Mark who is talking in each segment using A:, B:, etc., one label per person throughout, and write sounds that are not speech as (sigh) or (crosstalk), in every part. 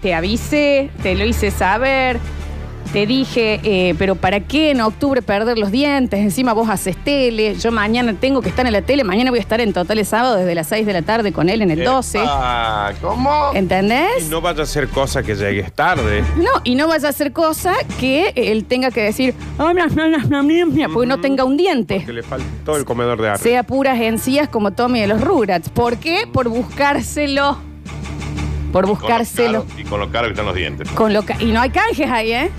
A: te avisé, te lo hice saber, te dije, eh, pero ¿para qué en octubre perder los dientes? Encima vos haces tele, yo mañana tengo que estar en la tele, mañana voy a estar en Totales Sábado desde las 6 de la tarde con él en el 12.
B: Ah, ¿cómo?
A: ¿Entendés?
B: Y no vaya a ser cosa que llegues tarde.
A: No, y no vaya a hacer cosa que él tenga que decir, "Ay, mira, mira, mira, mira, mira", porque no tenga un diente.
B: Que le faltó el comedor de arriba.
A: Sea puras encías como Tommy de los Rugrats. ¿Por qué? Por buscárselo. Por buscárselo.
C: Y con lo caro que están los dientes.
A: Con lo ca- y no hay canjes ahí, ¿eh?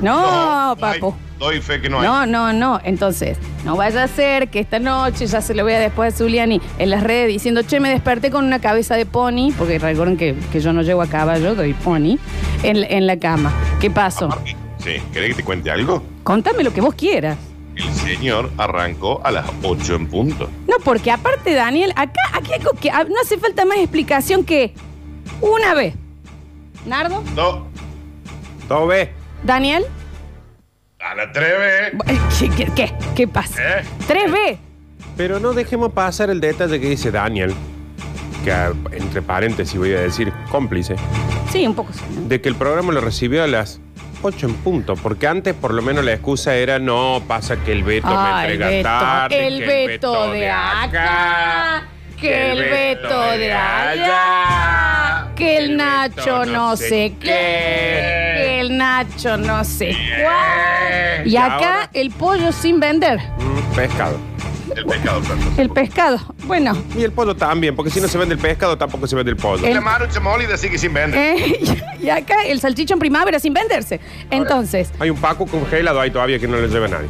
A: No,
C: no hay.
A: papo.
C: Doy fe que no hay.
A: No, no, no. Entonces, no vaya a ser que esta noche ya se lo vea después a Zuliani en las redes diciendo, che, me desperté con una cabeza de pony, porque recuerden que, que yo no llego a caballo, doy pony, en, la- en la cama. ¿Qué pasó?
C: Aparte, Sí, ¿querés que te cuente algo?
A: Contame lo que vos quieras.
C: El señor arrancó a las 8 en punto.
A: No, porque aparte, Daniel, acá, aquí hay algo que ah, no hace falta más explicación que una vez. ¿Nardo?
C: No,
B: Todo ve.
A: ¿Daniel?
C: a la 3
A: ¿Qué, (laughs) qué, qué, qué pasa?
C: ¿Eh?
A: 3B.
B: Pero no dejemos pasar el detalle que dice Daniel, que ah, entre paréntesis voy a decir cómplice,
A: Sí, un poco sí. ¿no?
B: de que el programa lo recibió a las 8 en punto, porque antes por lo menos la excusa era no, pasa que el Beto
A: Ah,
B: me
A: el
B: entrega
A: Beto.
B: tarde,
A: El
B: que
A: Beto de acá. Que el Beto de allá. Que el Nacho no sé qué. Que el Nacho no sé cuál. Y
B: Eh. Y
A: acá
B: ahora-
A: el pollo sin vender.
B: Mm, pescado.
C: El pescado, Fernando.
A: El pescado. Bueno.
B: Y el pollo también, porque si no se vende el pescado, tampoco se vende el pollo.
A: El-
C: La marucha molida sigue sin vender.
A: eh, (laughs) y acá el salchicho en primavera sin venderse. Entonces,
B: Hay un Paco congelado ahí todavía que no le lleva a nadie.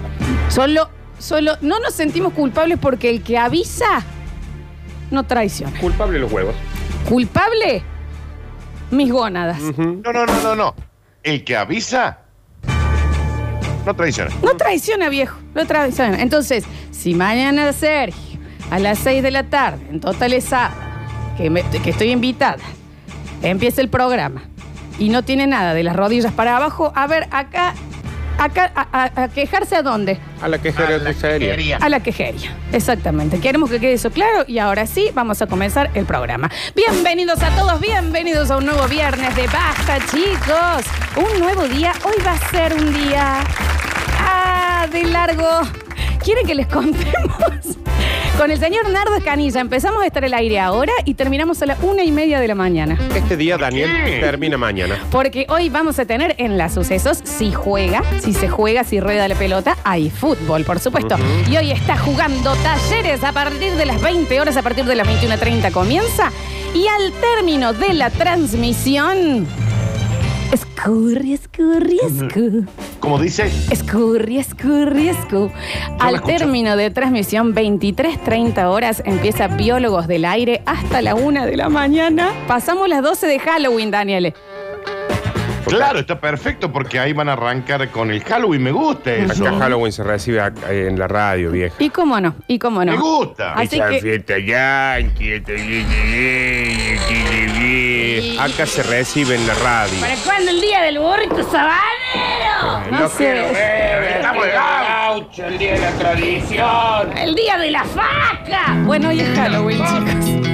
A: solo, solo, no nos sentimos culpables porque el que avisa no traiciona.
B: Culpable los huevos.
A: ¿Culpable? Mis gónadas.
C: No, no, no, no, no. El que avisa no traiciona.
A: (laughs) No traiciona, viejo. No traiciona. Entonces, si mañana Sergio, a las 6 de la tarde, en total es sábado, que, me- que estoy invitada, empieza el programa y no tiene nada de las rodillas para abajo, a ver, acá, acá, a, a- a quejarse a dónde?
B: A la que sería tu serie.
A: A la quejería. Exactamente. Queremos que quede eso claro y ahora sí vamos a comenzar el programa. Bienvenidos a todos, bienvenidos a un nuevo viernes de Basta, chicos. Un nuevo día. Hoy va a ser un día. ¡Ah! De largo. ¿Quieren que les contemos? Con el señor Nardo Escanilla empezamos a estar el aire ahora y terminamos a las una y media de la mañana.
B: Este día, Daniel,
C: qué?
B: termina mañana.
A: Porque hoy vamos a tener en las sucesos si juega, si se juega, si rueda la pelota, hay fútbol, por supuesto. Y hoy está jugando talleres a partir de las 20 horas, a partir de las 21.30 comienza. Y al término de la transmisión. Escurri, escurri, escu.
C: Como dice,
A: Escurri, escurri, escu. Al
C: escucho.
A: término de transmisión, 23.30 horas, empieza Biólogos del Aire hasta la 1 de la mañana. Pasamos las 12 de Halloween, Daniel.
C: claro, está perfecto porque ahí van a arrancar con el Halloween. Me gusta eso.
B: Acá Halloween se recibe acá en la radio, vieja.
A: Y cómo no, y cómo no.
C: Me gusta.
A: Así que,
B: fiesta yankee, esta fiesta yankee. Acá se recibe en la radio.
A: ¿para cuándo el día del burrito sabanero? No sé,
C: Estamos de gaucho.
A: el día de la faca. Bueno, hoy es Halloween, chicos.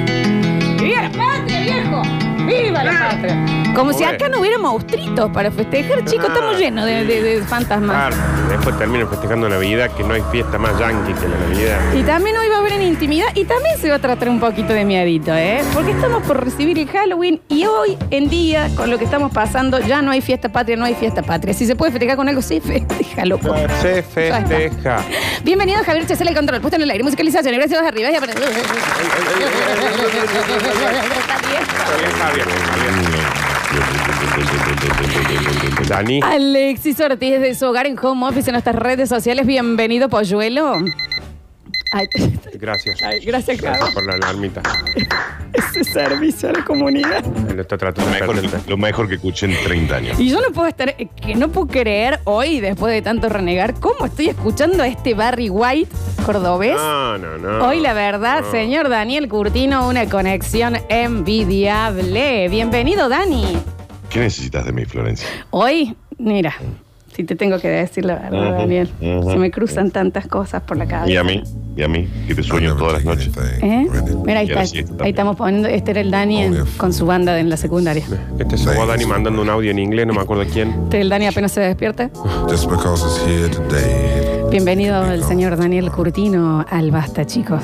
A: ¡Que ¡Viva la patria, viejo! ¡Viva la patria! Como si
B: Bueno.
A: acá no hubiera maustritos para festejar, chicos. Estamos llenos de, de- de fantasmas.
B: Claro, después termino festejando Navidad, que no hay fiesta más yankee que la Navidad.
A: Y también hoy va a haber en intimidad y también se va a tratar un poquito de miedito, ¿eh? Porque estamos por recibir el Halloween y hoy en día, con lo que estamos pasando, ya no hay fiesta patria, no hay fiesta patria. Si se puede festejar con algo, sí, (laughs) festejalo. por favor.
B: Se festeja.
A: Bienvenido Javier Chesel, el control, puesto en el aire, musicalización, y gracias arriba. Y apare-
B: Bien, Javier, Javier. Dani,
A: Alexis Ortiz de su hogar en home office en nuestras redes sociales. Bienvenido, Polluelo. Ay,
B: gracias.
A: ay, gracias,
B: Gracias
A: Javier.
B: por la alarmita.
A: Ese servicio a la comunidad.
B: Lo está
C: Lo
B: tratando de
C: mejor,
B: atender.
C: que- lo mejor que escuché en 30 años.
A: Y yo no puedo estar, eh, que no puedo creer hoy, después de tanto renegar, cómo estoy escuchando a este Barry White cordobés.
B: No, no, no.
A: Hoy la verdad,
B: No.
A: señor Daniel Curtino, una conexión envidiable. Bienvenido, Dani.
C: ¿Qué necesitas de mí, Florencia?
A: Hoy, mira, Si te tengo que decir la verdad,
C: Ujú,
A: Daniel.
C: ujú.
A: Se me cruzan tantas cosas por la cabeza.
C: Y a mí, y a mí, que te sueño todas las noches.
A: ¿Eh? Mira, ahí
C: Y a la
A: está.
C: siesta
A: Ahí
C: también.
A: estamos poniendo. Este era el Dani en-
D: Obvio.
A: con su banda en la secundaria.
B: Este es Dani mandando un audio en inglés, no me acuerdo quién.
A: Este era el Dani apenas se despierta.
D: Just because it's here today,
A: Bienvenido el señor Daniel Curtino al Basta, chicos.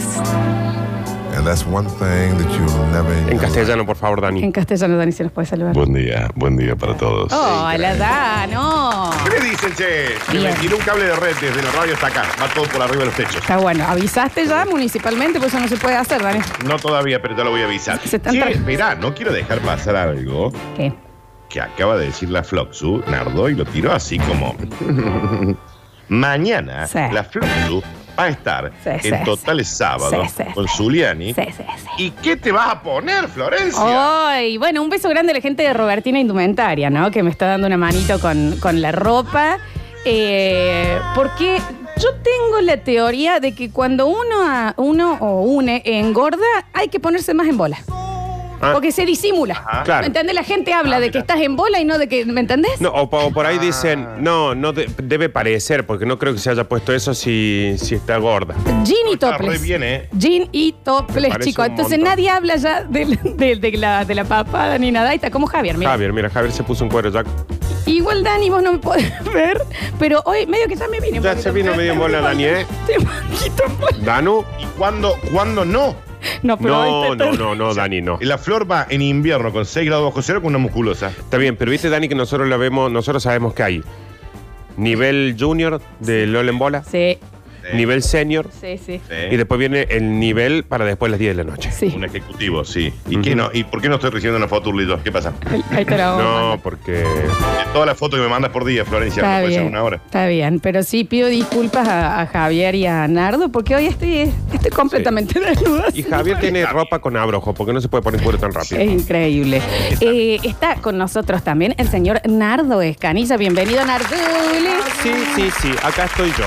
D: and that's one thing that you'll never.
B: En castellano, por favor, Dani.
A: En castellano, Dani, se los puede saludar.
C: Buen día, buen día para todos.
A: Oh, hola, Dan. No.
C: ¿Qué me dicen, che? Me
A: Bien.
C: metí un cable de red desde la radio hasta acá. Va todo por arriba de los techos.
A: Está bueno. ¿Avisaste ya municipalmente? Pues eso no se puede hacer, Dani.
C: No todavía, pero ya lo voy a avisar.
A: Se están
C: Che,
A: tra-
C: mirá, no quiero dejar pasar algo
A: ¿Qué?
C: que acaba de decir la Floxu, Nardo, y lo tiró así como... (laughs) Mañana
A: Sí.
C: la Floxu va a estar
A: Sí, sí,
C: en
A: sí.
C: Totales Sábado
A: Sí, sí,
C: con
A: sí.
C: Zuliani.
A: Sí, sí, sí.
C: ¿Y qué te vas a poner, Florencia?
A: Ay, bueno, un beso grande a la gente de Robertina Indumentaria, ¿no? Que me está dando una manito con, con la ropa. Eh, porque yo tengo la teoría de que cuando uno, a- uno o une engorda, hay que ponerse más en bola.
B: Ah.
A: Porque se disimula.
C: Ajá.
B: Claro.
A: ¿Me entendés? La gente habla
C: Ah,
A: de
C: mira.
A: que estás en bola y no de que. ¿Me entendés?
B: No, o, po- por ahí dicen, no, no de- debe parecer, porque no creo que se haya puesto eso si, si está gorda.
A: Jean y
C: Está re
A: toples.
C: bien, ¿eh?
A: Jean y
B: Me
A: toples,
B: parece
A: chicos.
B: un
A: Entonces
B: montón.
A: nadie habla ya de, de- de la, de la papada ni nada. Y está como Javier, mira.
B: Javier, mira, Javier se puso un cuero ya.
A: Igual Dani, vos no me podés (laughs) ver, pero hoy medio que ya me vine. un
B: Ya
A: poquito
B: se vino
A: en-
B: medio en bola, Dani, ¿eh?
A: (laughs) Te manquito en bola. (laughs)
B: ¿Danu?
C: ¿Y cuándo, cuándo no?
A: No, pero hoy
B: No,
A: te-
B: no, no, no, Dani, no.
C: La flor va en invierno con 6 grados bajo cero con una musculosa.
B: Está bien, pero viste, Dani, que nosotros la vemos, nosotros sabemos que hay nivel junior de LOL en bola,
A: Sí,
B: nivel senior,
A: sí, sí.
B: y después viene el nivel para después las 10 de la noche.
A: Sí.
C: Un ejecutivo, sí. ¿Y,
B: Ujú.
C: qué no? ¿Y por qué no estoy recibiendo una foto, Urlito? ¿Qué pasa?
A: Ahí te la vamos.
B: (laughs) No, porque.
C: De todas las fotos que me mandas por día, Florencia,
A: Está
C: no puede ser
A: bien,
C: una hora.
A: está bien, pero sí pido disculpas a, a Javier y a Nardo porque hoy estoy, estoy completamente (laughs) desnuda.
B: Y Javier tiene ropa con abrojo, porque no se puede poner cuero tan rápido.
A: Es increíble. Eh, está con nosotros también el señor Nardo Escanilla. Bienvenido, Nardules.
B: Sí, sí, sí, acá estoy yo.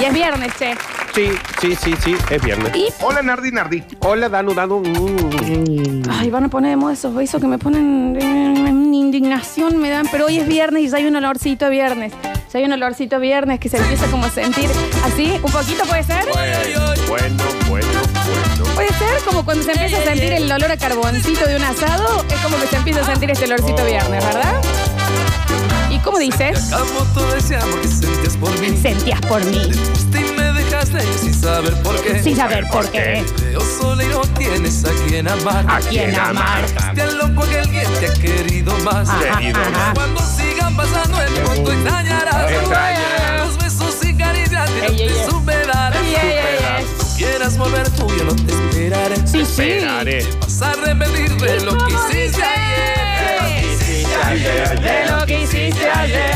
A: Y es viernes, che.
B: Sí, sí, sí, sí, es viernes.
A: Y
C: Hola, Nardi, Nardi.
B: Hola, Danu, Danu. Mm.
A: Ay, van a poner de moda esos besos que me ponen eh, indignación, me dan, pero hoy es viernes y ya hay un olorcito a viernes. Ya hay un olorcito a viernes que se empieza como a sentir así, un poquito puede ser.
B: Bueno, bueno, bueno.
A: Puede ser como cuando se empieza a sentir el olor a carboncito de un asado, es como que se empieza a sentir este olorcito a viernes, ¿verdad? ¿Y cómo dices?
E: Acabó todo ese amor que sentías por mí.
A: Sentías por mí,
E: Te fuiste y me dejaste sin saber por qué.
A: sin saber por qué.
E: Veo sola y no tienes a quien amar.
B: ¿A
A: quién
B: quién
A: amar?
B: amar?
E: Te al loco que alguien te ha querido más.
A: Ajá,
B: Querido.
A: ajá.
E: Cuando sigan pasando el mundo extrañarás.
B: Extrañarás.
E: Los besos y caricias de
A: Ey,
E: los
A: ey,
E: que
A: ey.
E: supe dar.
A: Ey, ey, ey, ey.
E: Quieras volver tú, yo no te esperaré.
A: Sí, sí.
B: Esperaré.
E: Vas a repetir de lo que hiciste ayer.
A: De lo que hiciste ayer.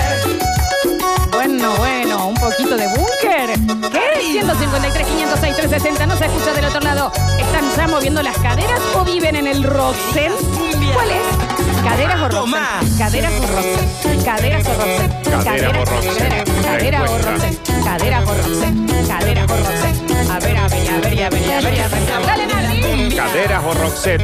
A: Bueno, bueno, un poquito de búnker. ¿Qué? 153, 506, 360, no se escucha del otro lado. ¿Están ya moviendo las caderas o viven en el Roxen? ¿Cuál es? ¿Caderas o Roxen? ¿Caderas o Roxen? ¿Caderas o Roxen?
B: Cadera o Roxen.
A: ¿Cadera o Roxen? ¿Cadera o Roxen? ¿Cadera o Roxen? A ver, a ver, a ver, a ver, a ver, a ver. Dale, Nati.
B: Caderas o Roxette.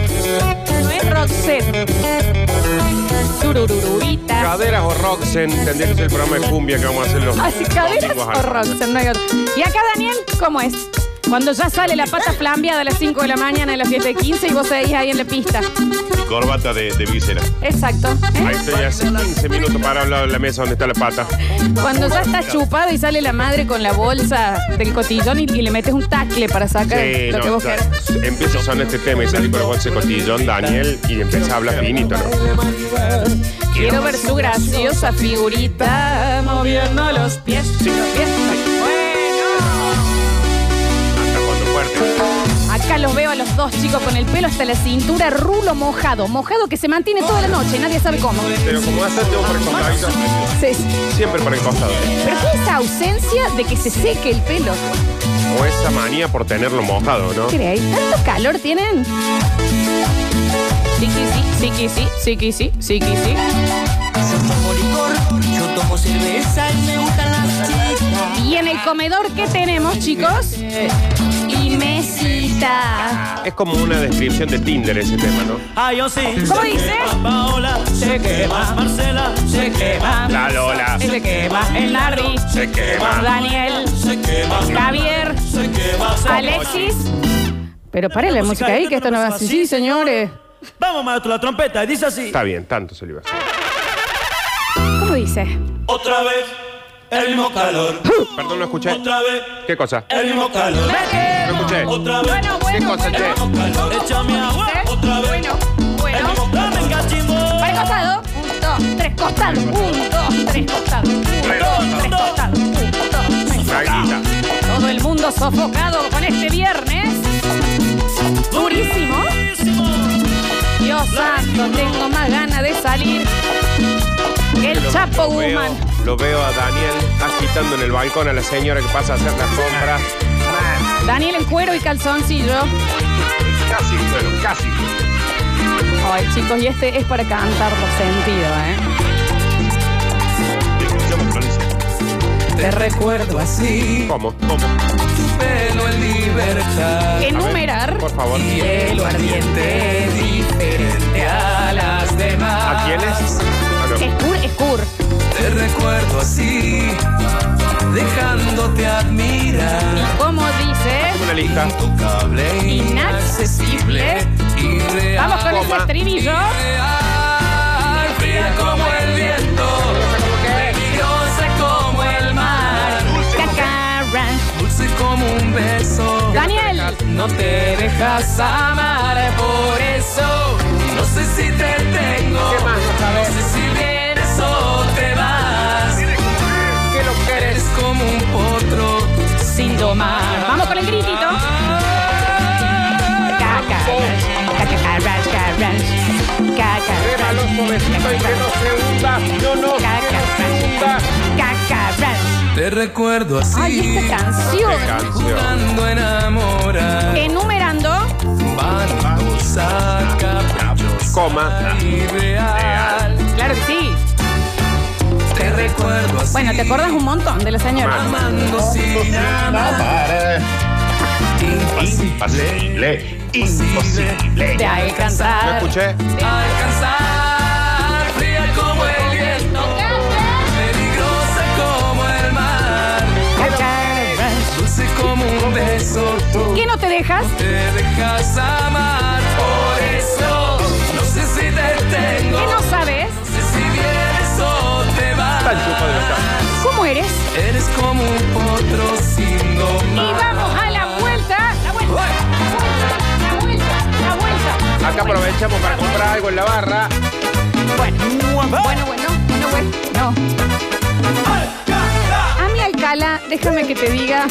A: No es Roxen. Tururururita.
B: Caderas o Roxen, tendría que ser el programa de cumbia que vamos a hacer los
A: Así Ah, caderas
B: domingos
A: o
B: al-
A: Roxanne, no hay otro. Y acá Daniel, ¿cómo es? Cuando ya sale la pata flambeada a las 5 de la mañana de la fiesta de 15 y vos seguís ahí en la pista.
C: Y corbata de, de visera.
A: Exacto. ¿eh?
B: Ahí estoy hace 15 minutos para hablar de la mesa donde está la pata.
A: Cuando ya está chupado y sale la madre con la bolsa del cotillón y, y le metes un tacle para sacar
B: Sí,
A: lo que
B: no,
A: vos querés.
B: ya, empiezo son este tema y salí por el bolso de cotillón, Daniel, y empieza a hablar finito, ¿no?
A: Quiero ver su graciosa figurita moviendo los pies. Los pies. Bueno.
B: Hasta cuando fuerte.
A: Acá los veo a los dos chicos con el pelo hasta la cintura, rulo mojado, mojado que se mantiene toda la noche, nadie sabe cómo.
B: Pero como vas a hacer, tengo por el costadito,
A: Sí, sí.
B: siempre por el costado.
A: Pero ¿qué es esa ausencia de que se seque el pelo?
B: O esa manía por tenerlo mojado, ¿no?
A: ¿Creéis? ¿Tanto calor tienen? Sí que sí, sí que sí, sí que sí, sí que sí.
F: Yo tomo licor, yo tomo cerveza y me gustan las chicas.
A: Y en el comedor, ¿qué tenemos, chicos? Y mesita.
B: Es como una descripción de Tinder ese tema, ¿no?
G: Ah, yo sí.
A: ¿Cómo dice?
G: Paola, se quema. Marcela, se quema.
B: La
A: se quema. El Nardi. Se quema. Daniel. Se quema. Javier. Se quema. Alexis. Pero pare la música ahí, que esto no va así. Sí, señores.
G: Vamos, maestro, la trompeta, y dice así.
B: Está bien, tanto se le iba a hacer.
A: ¿Cómo dice?
G: Otra vez, el mismo calor.
B: Perdón, no escuché.
G: Otra vez,
B: ¿Qué cosa?
G: el mismo calor.
B: No escuché.
G: Otra vez,
A: Bueno, bueno,
B: ¿Qué cosa,
A: bueno.
B: che?
A: ¿Cómo
G: Échame agua,
A: dice?
G: otra vez.
A: Bueno,
G: el
A: bueno.
G: mismo calor. Dame cachimbo.
A: Para el costado. Un, dos, tres costados. Un, dos, tres costados. Un, dos, tres costados. Un, dos, tres
B: Maguita.
A: Todo el mundo sofocado con este viernes. Durísimo. Dios santo, tengo más ganas de salir. que El
B: Lo-
A: Chapo
B: lo veo-
A: Guzmán.
B: Lo veo a Daniel agitando en el balcón a la señora que pasa a hacer las compras.
A: Daniel en cuero y calzoncillo.
C: Casi, bueno, casi.
A: Ay, chicos, y este es para cantar por sentido, ¿eh?
C: Escuchamos, Florencia.
E: Te recuerdo así,
B: ¿Cómo? ¿Cómo?
E: tu pelo en libertad.
A: Enumerar.
B: Por favor.
E: Hielo ardiente, diferente a las demás.
B: ¿A quiénes? Ah, no.
A: Escur, escur.
E: Te recuerdo así, dejándote admirar.
A: ¿Cómo dice?
B: Una lista.
E: Intocable, inaccesible, irreal.
A: Vamos con este estribillo.
E: Real, fría como el viento, peligrosa como el mar,
A: Cacarra.
E: dulce como un beso.
A: Daniel.
E: No te dejas amar, por eso no sé si te tengo, no sé si vienes o te vas. Eres como un potro sin domar.
A: Vamos con el gritito. Cacarra. Cacarra, cacarra.
B: Tema
A: Cacarra.
B: a los pobrecitos y que no se hunda. No, no, que no se hunda.
A: Cacarra. Cacarra.
E: Te recuerdo así.
A: Ay, este esta
B: Qué
A: canción.
B: canción.
E: Jugando a enamorar.
A: Enumerando.
E: Van saca
B: Coma.
E: irreal.
A: Claro que sí.
E: Te recuerdo así.
A: Bueno, te acordás un montón de la señora.
E: Amando sin amar.
C: Para. Imposible. Imposible.
A: De
B: ¿No
A: alcanzar.
B: escuché?
E: Alcanzar. Fría como el viento. Peligrosa como el mar.
A: Cacarra.
E: Dulce como un beso. Tú
A: ¿Qué no te dejas?
E: te dejas amar. Por eso no sé si te tengo.
A: ¿Qué no sabes?
E: No sé si vienes o te
B: Tan chupa de la
E: vas.
B: casa.
A: ¿Cómo eres?
E: Eres como un potro sin
A: Y
E: domar.
A: vamos a la vuelta. La vuelta. La vuelta. La vuelta. la vuelta.
B: Acá aprovechamos para comprar algo en la barra.
A: Bueno, bueno, bueno, bueno, bueno, no. A mi Alcala, déjame que te diga.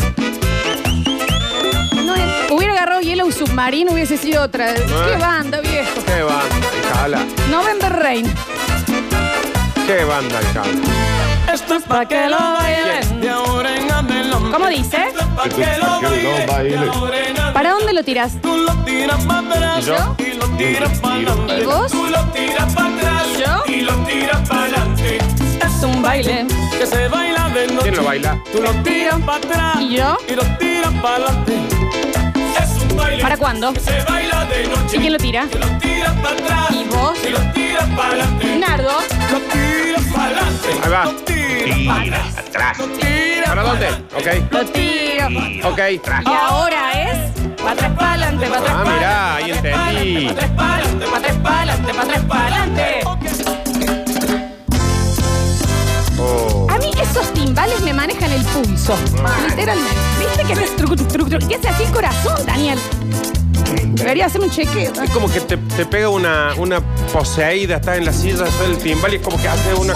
A: No es- hubiera agarrado hielo un submarino, hubiese sido otra. Qué banda, viejo.
B: Qué banda, Alcala.
A: November Rain.
B: Qué banda, Alcala.
G: Esto es pa' que lo bailen. De ahora en adelante.
A: ¿Cómo dice?
C: Esto
G: Pa'
C: es
G: que lo
C: pa' que lo
G: bailen. De
C: bailen.
G: ahora en adelante.
A: ¿Para dónde lo tiras?
G: Tú lo tiras para atrás
A: ¿Yo?
G: y lo tiras para
C: Tiro
G: adelante.
A: ¿Y vos?
G: Tú lo tiras para atrás
A: ¿Yo?
G: y lo tiras para adelante. Es un baile que se baila de noche.
B: ¿Quién lo baila?
G: Tú lo tiras para atrás
A: ¿Y yo?
G: y lo tiras para adelante. Es un baile
A: ¿Para cuándo?
G: que se baila de noche.
A: ¿Y quién lo tira?
G: Que lo tiras para atrás
A: ¿Y vos?
G: y lo tiras para adelante.
A: Nardo.
G: Lo tiras para adelante.
B: Ahí va.
G: Lo tiras
C: Tira atrás.
B: ¿Para dónde? Ok,
A: Lo tiro. Y
B: ok.
A: ahora es. Pa' atrás, pa' adelante, pa' atrás,
B: Ah,
A: pa'
B: mirá, ahí entendí.
A: adelante, pa' atrás, pa' adelante, pa' atrás, pa' adelante.
B: Oh.
A: A mí esos timbales me manejan el pulso. Literalmente. ¿Viste que hace truc, truc, truc? ¿Qué hace así el corazón, Daniel? Debería hacer un chequeo.
B: Es como que te, te pega una, una poseída, estás en la silla, suena el timbal y es como que hace una,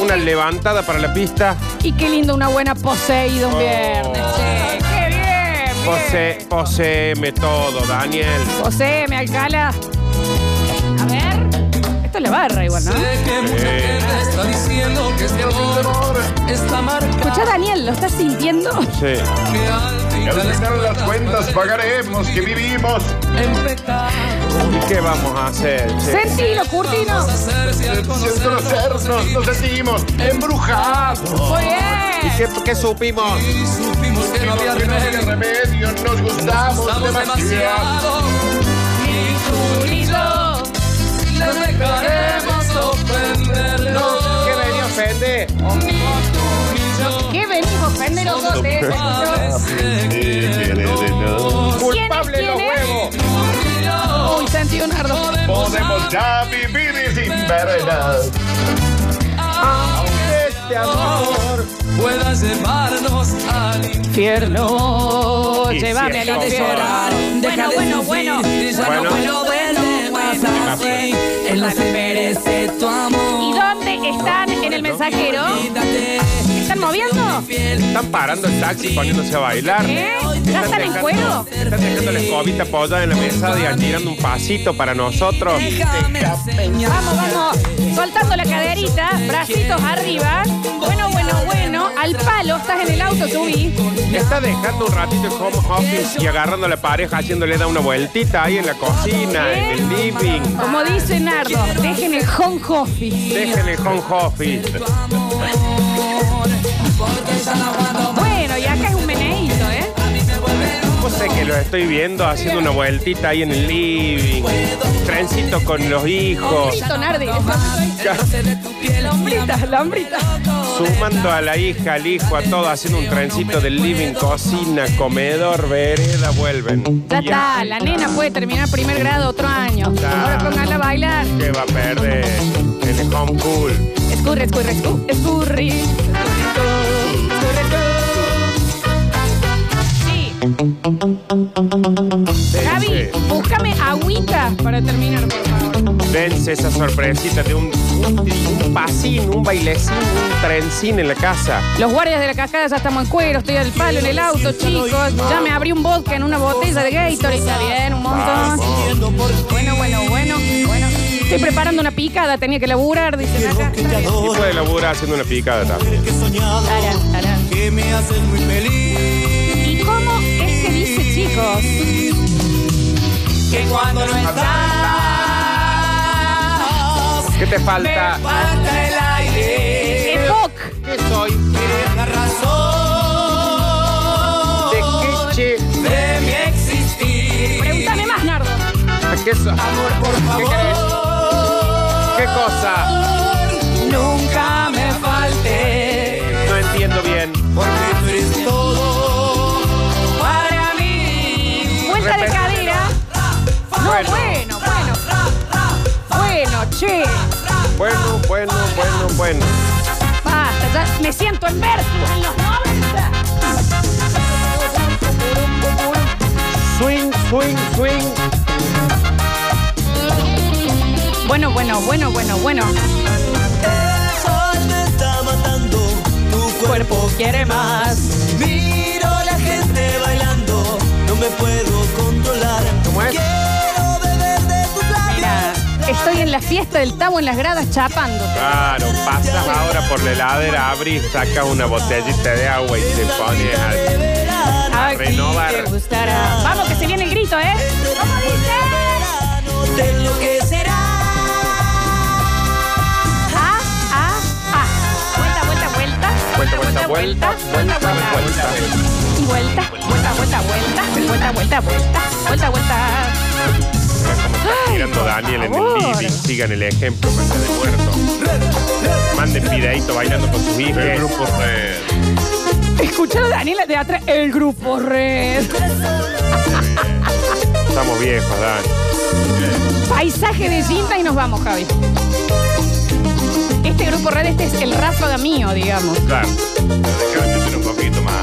B: una levantada para la pista.
A: Y qué lindo una buena poseída un viernes, che. ¡Qué bien!
B: Oh. Pose, poseeme todo, Daniel.
A: Posee, me alcala. A ver. Esto es la barra igual, ¿no?
E: Sé que mucha gente está diciendo que este amor está
A: Escucha,
E: marcado.
A: Daniel, ¿lo estás sintiendo?
B: Sí.
E: Que al
C: Ya
E: final
C: terminaron las cuentas, pagaremos que vivimos.
E: en pecado.
B: ¿Y qué vamos a hacer? che?
A: Sentilo, Curtino.
E: Vamos a hacer si al
C: Sin
E: conocernos
C: conocernos, nos sentimos embrujados.
A: Muy
B: ¿Y
A: bien.
B: qué, qué supimos?
E: y supimos que no había
C: Que no había
E: remedio.
C: remedio, nos gustamos
E: Estamos
C: demasiado.
E: demasiado. Ni tú ni yo le dejaremos sorprendernos.
B: ¿Qué venía a ofender?
E: Ni
A: yo te escucho.
B: Culpable
A: ¿Quién es?
B: los
A: ¿Quién es?
B: huevos.
A: Uy, Santi Leonardo.
C: Podemos ya vivir sin veredas.
B: Este amor.
E: Pueda llevarnos al infierno.
A: Infierno,
C: Y
A: llévame al
C: si es
A: infierno.
E: llorar, deja
A: Bueno,
E: de
A: bueno,
E: sufrir,
A: bueno.
E: y ya
B: Bueno.
E: no me lo venden más así. Él no se merece tu
A: ¿Y
E: amor.
A: dónde están en el mensajero?
E: Quítate,
A: ¿Están moviendo?
E: fiel.
B: Están parando el taxi poniéndose a bailar.
A: ¿Eh? ¿Ya están en
B: dejando-
A: cuero?
B: Están dejando la escobita apoyada en la mesa y tirando un pasito para nosotros.
E: Déjame enseñar.
A: Vamos, vamos. Soltando la caderita, bracitos arriba. Bueno, bueno, bueno. Al palo, estás en el auto, subí.
B: Está dejando un ratito el home office y agarrando a la pareja, haciéndole da una vueltita ahí en la cocina, en el living.
A: Como dice Nardo, dejen el home office.
B: Dejen el home office.
A: Bueno, y acá es un meneíto, ¿eh?
B: Vos sé que los estoy viendo haciendo una vueltita ahí en el living. Trencito con los hijos.
A: Hombrito, Nardi. Lombrita, lombrita.
B: Sumando a la hija, al hijo, a todo, haciendo un trencito del living, cocina, comedor, vereda, vuelven.
A: Ya está, la nena puede terminar primer grado otro año.
B: Ya.
A: Ahora póngala a bailar.
B: Que va a perder en el home cool.
A: Escurre, escurre, escu- escurri. Escurri, escurri, escurri. Sí. Gaby,
B: Dense,
A: búscame agüita para terminar, por favor.
B: dense esa sorpresita de un, un, un pasín, un bailecín, un trencín en la casa.
A: Los guardias de la cascada ya estamos en cuero, estoy al palo en el auto, chicos. Ya me abrí un vodka en una botella de Gatorade, está bien, un montón. Bueno, bueno, bueno, bueno. Estoy preparando una picada, tenía que laburar, dicen acá. Está bien.
B: Y puede laburar haciendo una picada también.
A: Tarán, tarán.
F: Que me haces muy feliz.
A: ¿Y cómo es que dice, chicos?
E: Que cuando no estás,
B: ¿Qué te
E: me
B: falta?
E: falta el aire.
A: Epoch.
B: ¿Qué soy?
E: Eres la razón
B: ¿De qué che?
E: de mi existir.
A: Pregúntame más, Nardo.
B: ¿A qué so-
E: Amor, por favor,
B: ¿Qué cosa?
E: nunca me falte,
B: No entiendo bien.
E: porque tú eres todo para mí.
A: Vuelta de
B: Repete.
A: cadera. No, bueno, bueno. Bueno, che.
B: Bueno, bueno, bueno, bueno.
A: Basta, ya me siento en versus en los 90.
B: Swing, swing, swing.
A: Bueno, bueno, bueno, bueno, bueno.
F: El sol me está matando. Tu cuerpo
A: quiere más.
F: Miro la gente bailando, no me puedo controlar.
B: ¿Cómo es?
F: Quiero beber de tus
A: Mira,
F: labios.
A: estoy en la fiesta del tabo en las gradas chapándote.
B: Claro, pasas ahora por la heladera, abrís, sacas una botellita de agua y te pones al...
A: Aquí
B: renovar.
A: te gustará. Vamos, que se viene el grito, ¿eh? ¿Cómo dice?
F: Te enloquecerá.
A: Ah, ah, ah. Vuelta, vuelta, vuelta.
B: Vuelta, vuelta, vuelta.
A: Vuelta, vuelta, vuelta. Vuelta, vuelta, vuelta, vuelta. Vuelta, vuelta, vuelta. Vuelta, vuelta.
B: Como está
A: Ay,
B: girando
A: por
B: Daniel en el
A: favor.
B: living. Sigan el ejemplo, mancha de muerto. Manden videito bailando con sus hijos.
C: El grupo red.
A: Escucharon a Daniela de atrás, el grupo Red.
B: Estamos viejos, Dan.
A: Paisaje de cinta y nos vamos, Javi. Este grupo Red, este es el ráfaga mío, digamos.
B: Claro.
C: Déjame meter un poquito más.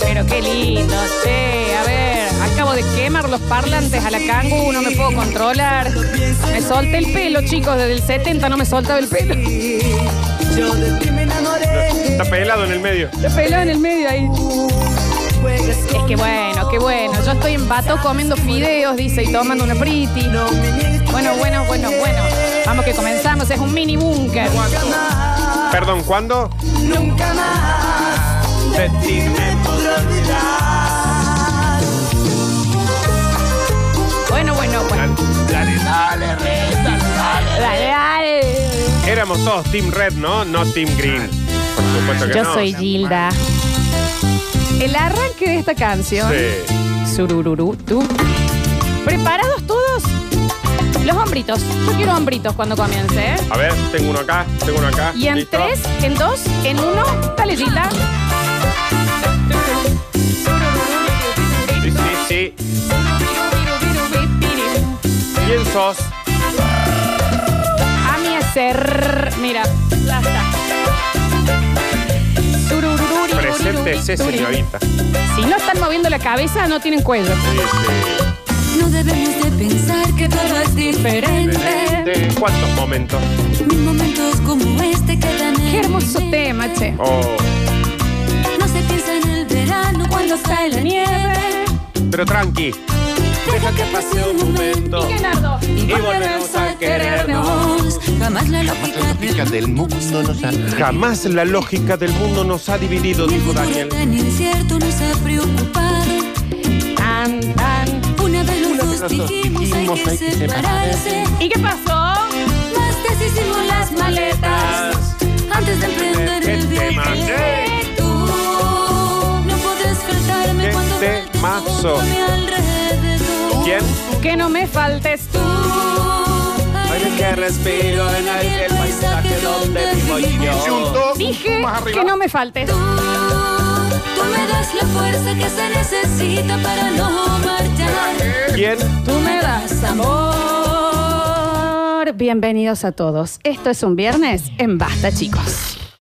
A: Pero qué lindo, che. A ver, acabo de quemar los parlantes a la cangu, no me puedo controlar. Me solté el pelo, chicos, desde el 70 no me soltaba el pelo. (laughs)
F: Yo de ti me enamoré.
B: Está pelado en el medio.
A: El pelo en el medio ahí. Es que bueno, qué bueno. Yo estoy en Bato comiendo fideos, dice, y tomando una priti. Bueno, bueno, bueno, bueno. Vamos que comenzamos, es un mini búnker.
B: Perdón, ¿cuándo?
F: Nunca más
B: De ti
F: me podré olvidar.
A: Bueno, bueno, bueno.
B: Dale, dale,
A: Dale, dale.
B: Éramos todos Team Red, ¿no? No Team Green. Por supuesto que
A: Yo
B: no.
A: soy Gilda. El arranque de esta canción.
B: Sí.
A: Surururu, tú. ¿Preparados todos? Los hombritos. Yo quiero hombritos cuando comience, ¿eh?
B: A ver, tengo uno acá, tengo uno acá.
A: Y en
B: ¿Listo?
A: tres, en dos, en uno, taletita.
B: Sí, sí, sí. ¿Quién sos?
A: A mi hacer. Mira, ya está. Tururururi,
B: Preséntese,
A: turururi.
B: señorita. Sí,
A: Si no están moviendo la cabeza, no tienen cuello.
B: sí.
H: No debemos de pensar que todo es diferente.
B: De- ¿Cuántos momentos?
H: Mis momentos como este quedan en
A: Qué hermoso
H: mi mente.
A: tema, che.
B: Oh,
H: No se piensa en el verano cuando cae la nieve.
B: pero tranqui.
H: Deja que pase un momento
A: ¿Y Leonardo?
H: y
B: volvemos
H: volvemos a
B: a
H: querernos. Jamás la lógica
C: Pica del mundo nos ha-
B: Jamás la lógica del mundo nos ha dividido,
H: ni el
B: dijo
H: futuro
B: Daniel.
H: tan incierto nos ha preocupado.
A: Tan, tan.
H: Una vez los dos dijimos hay que separarse.
A: ¿Y qué pasó?
H: Más deshicimos las maletas antes de emprender el viaje. Tú no podés faltarme
B: Qué
H: cuando falte
B: temazo.
H: todo mi alrededor.
B: ¿Quién?
A: Que no me faltes tú.
H: Aire que respiro en el, paisaje donde vivo
C: Se untó
A: Dije
C: más arriba.
A: que no me faltes.
H: Tú, tú me das la fuerza que se necesita para no marchar.
B: ¿Quién?
A: Tú me das amor. Bienvenidos a todos. Esto es un viernes en Basta, chicos.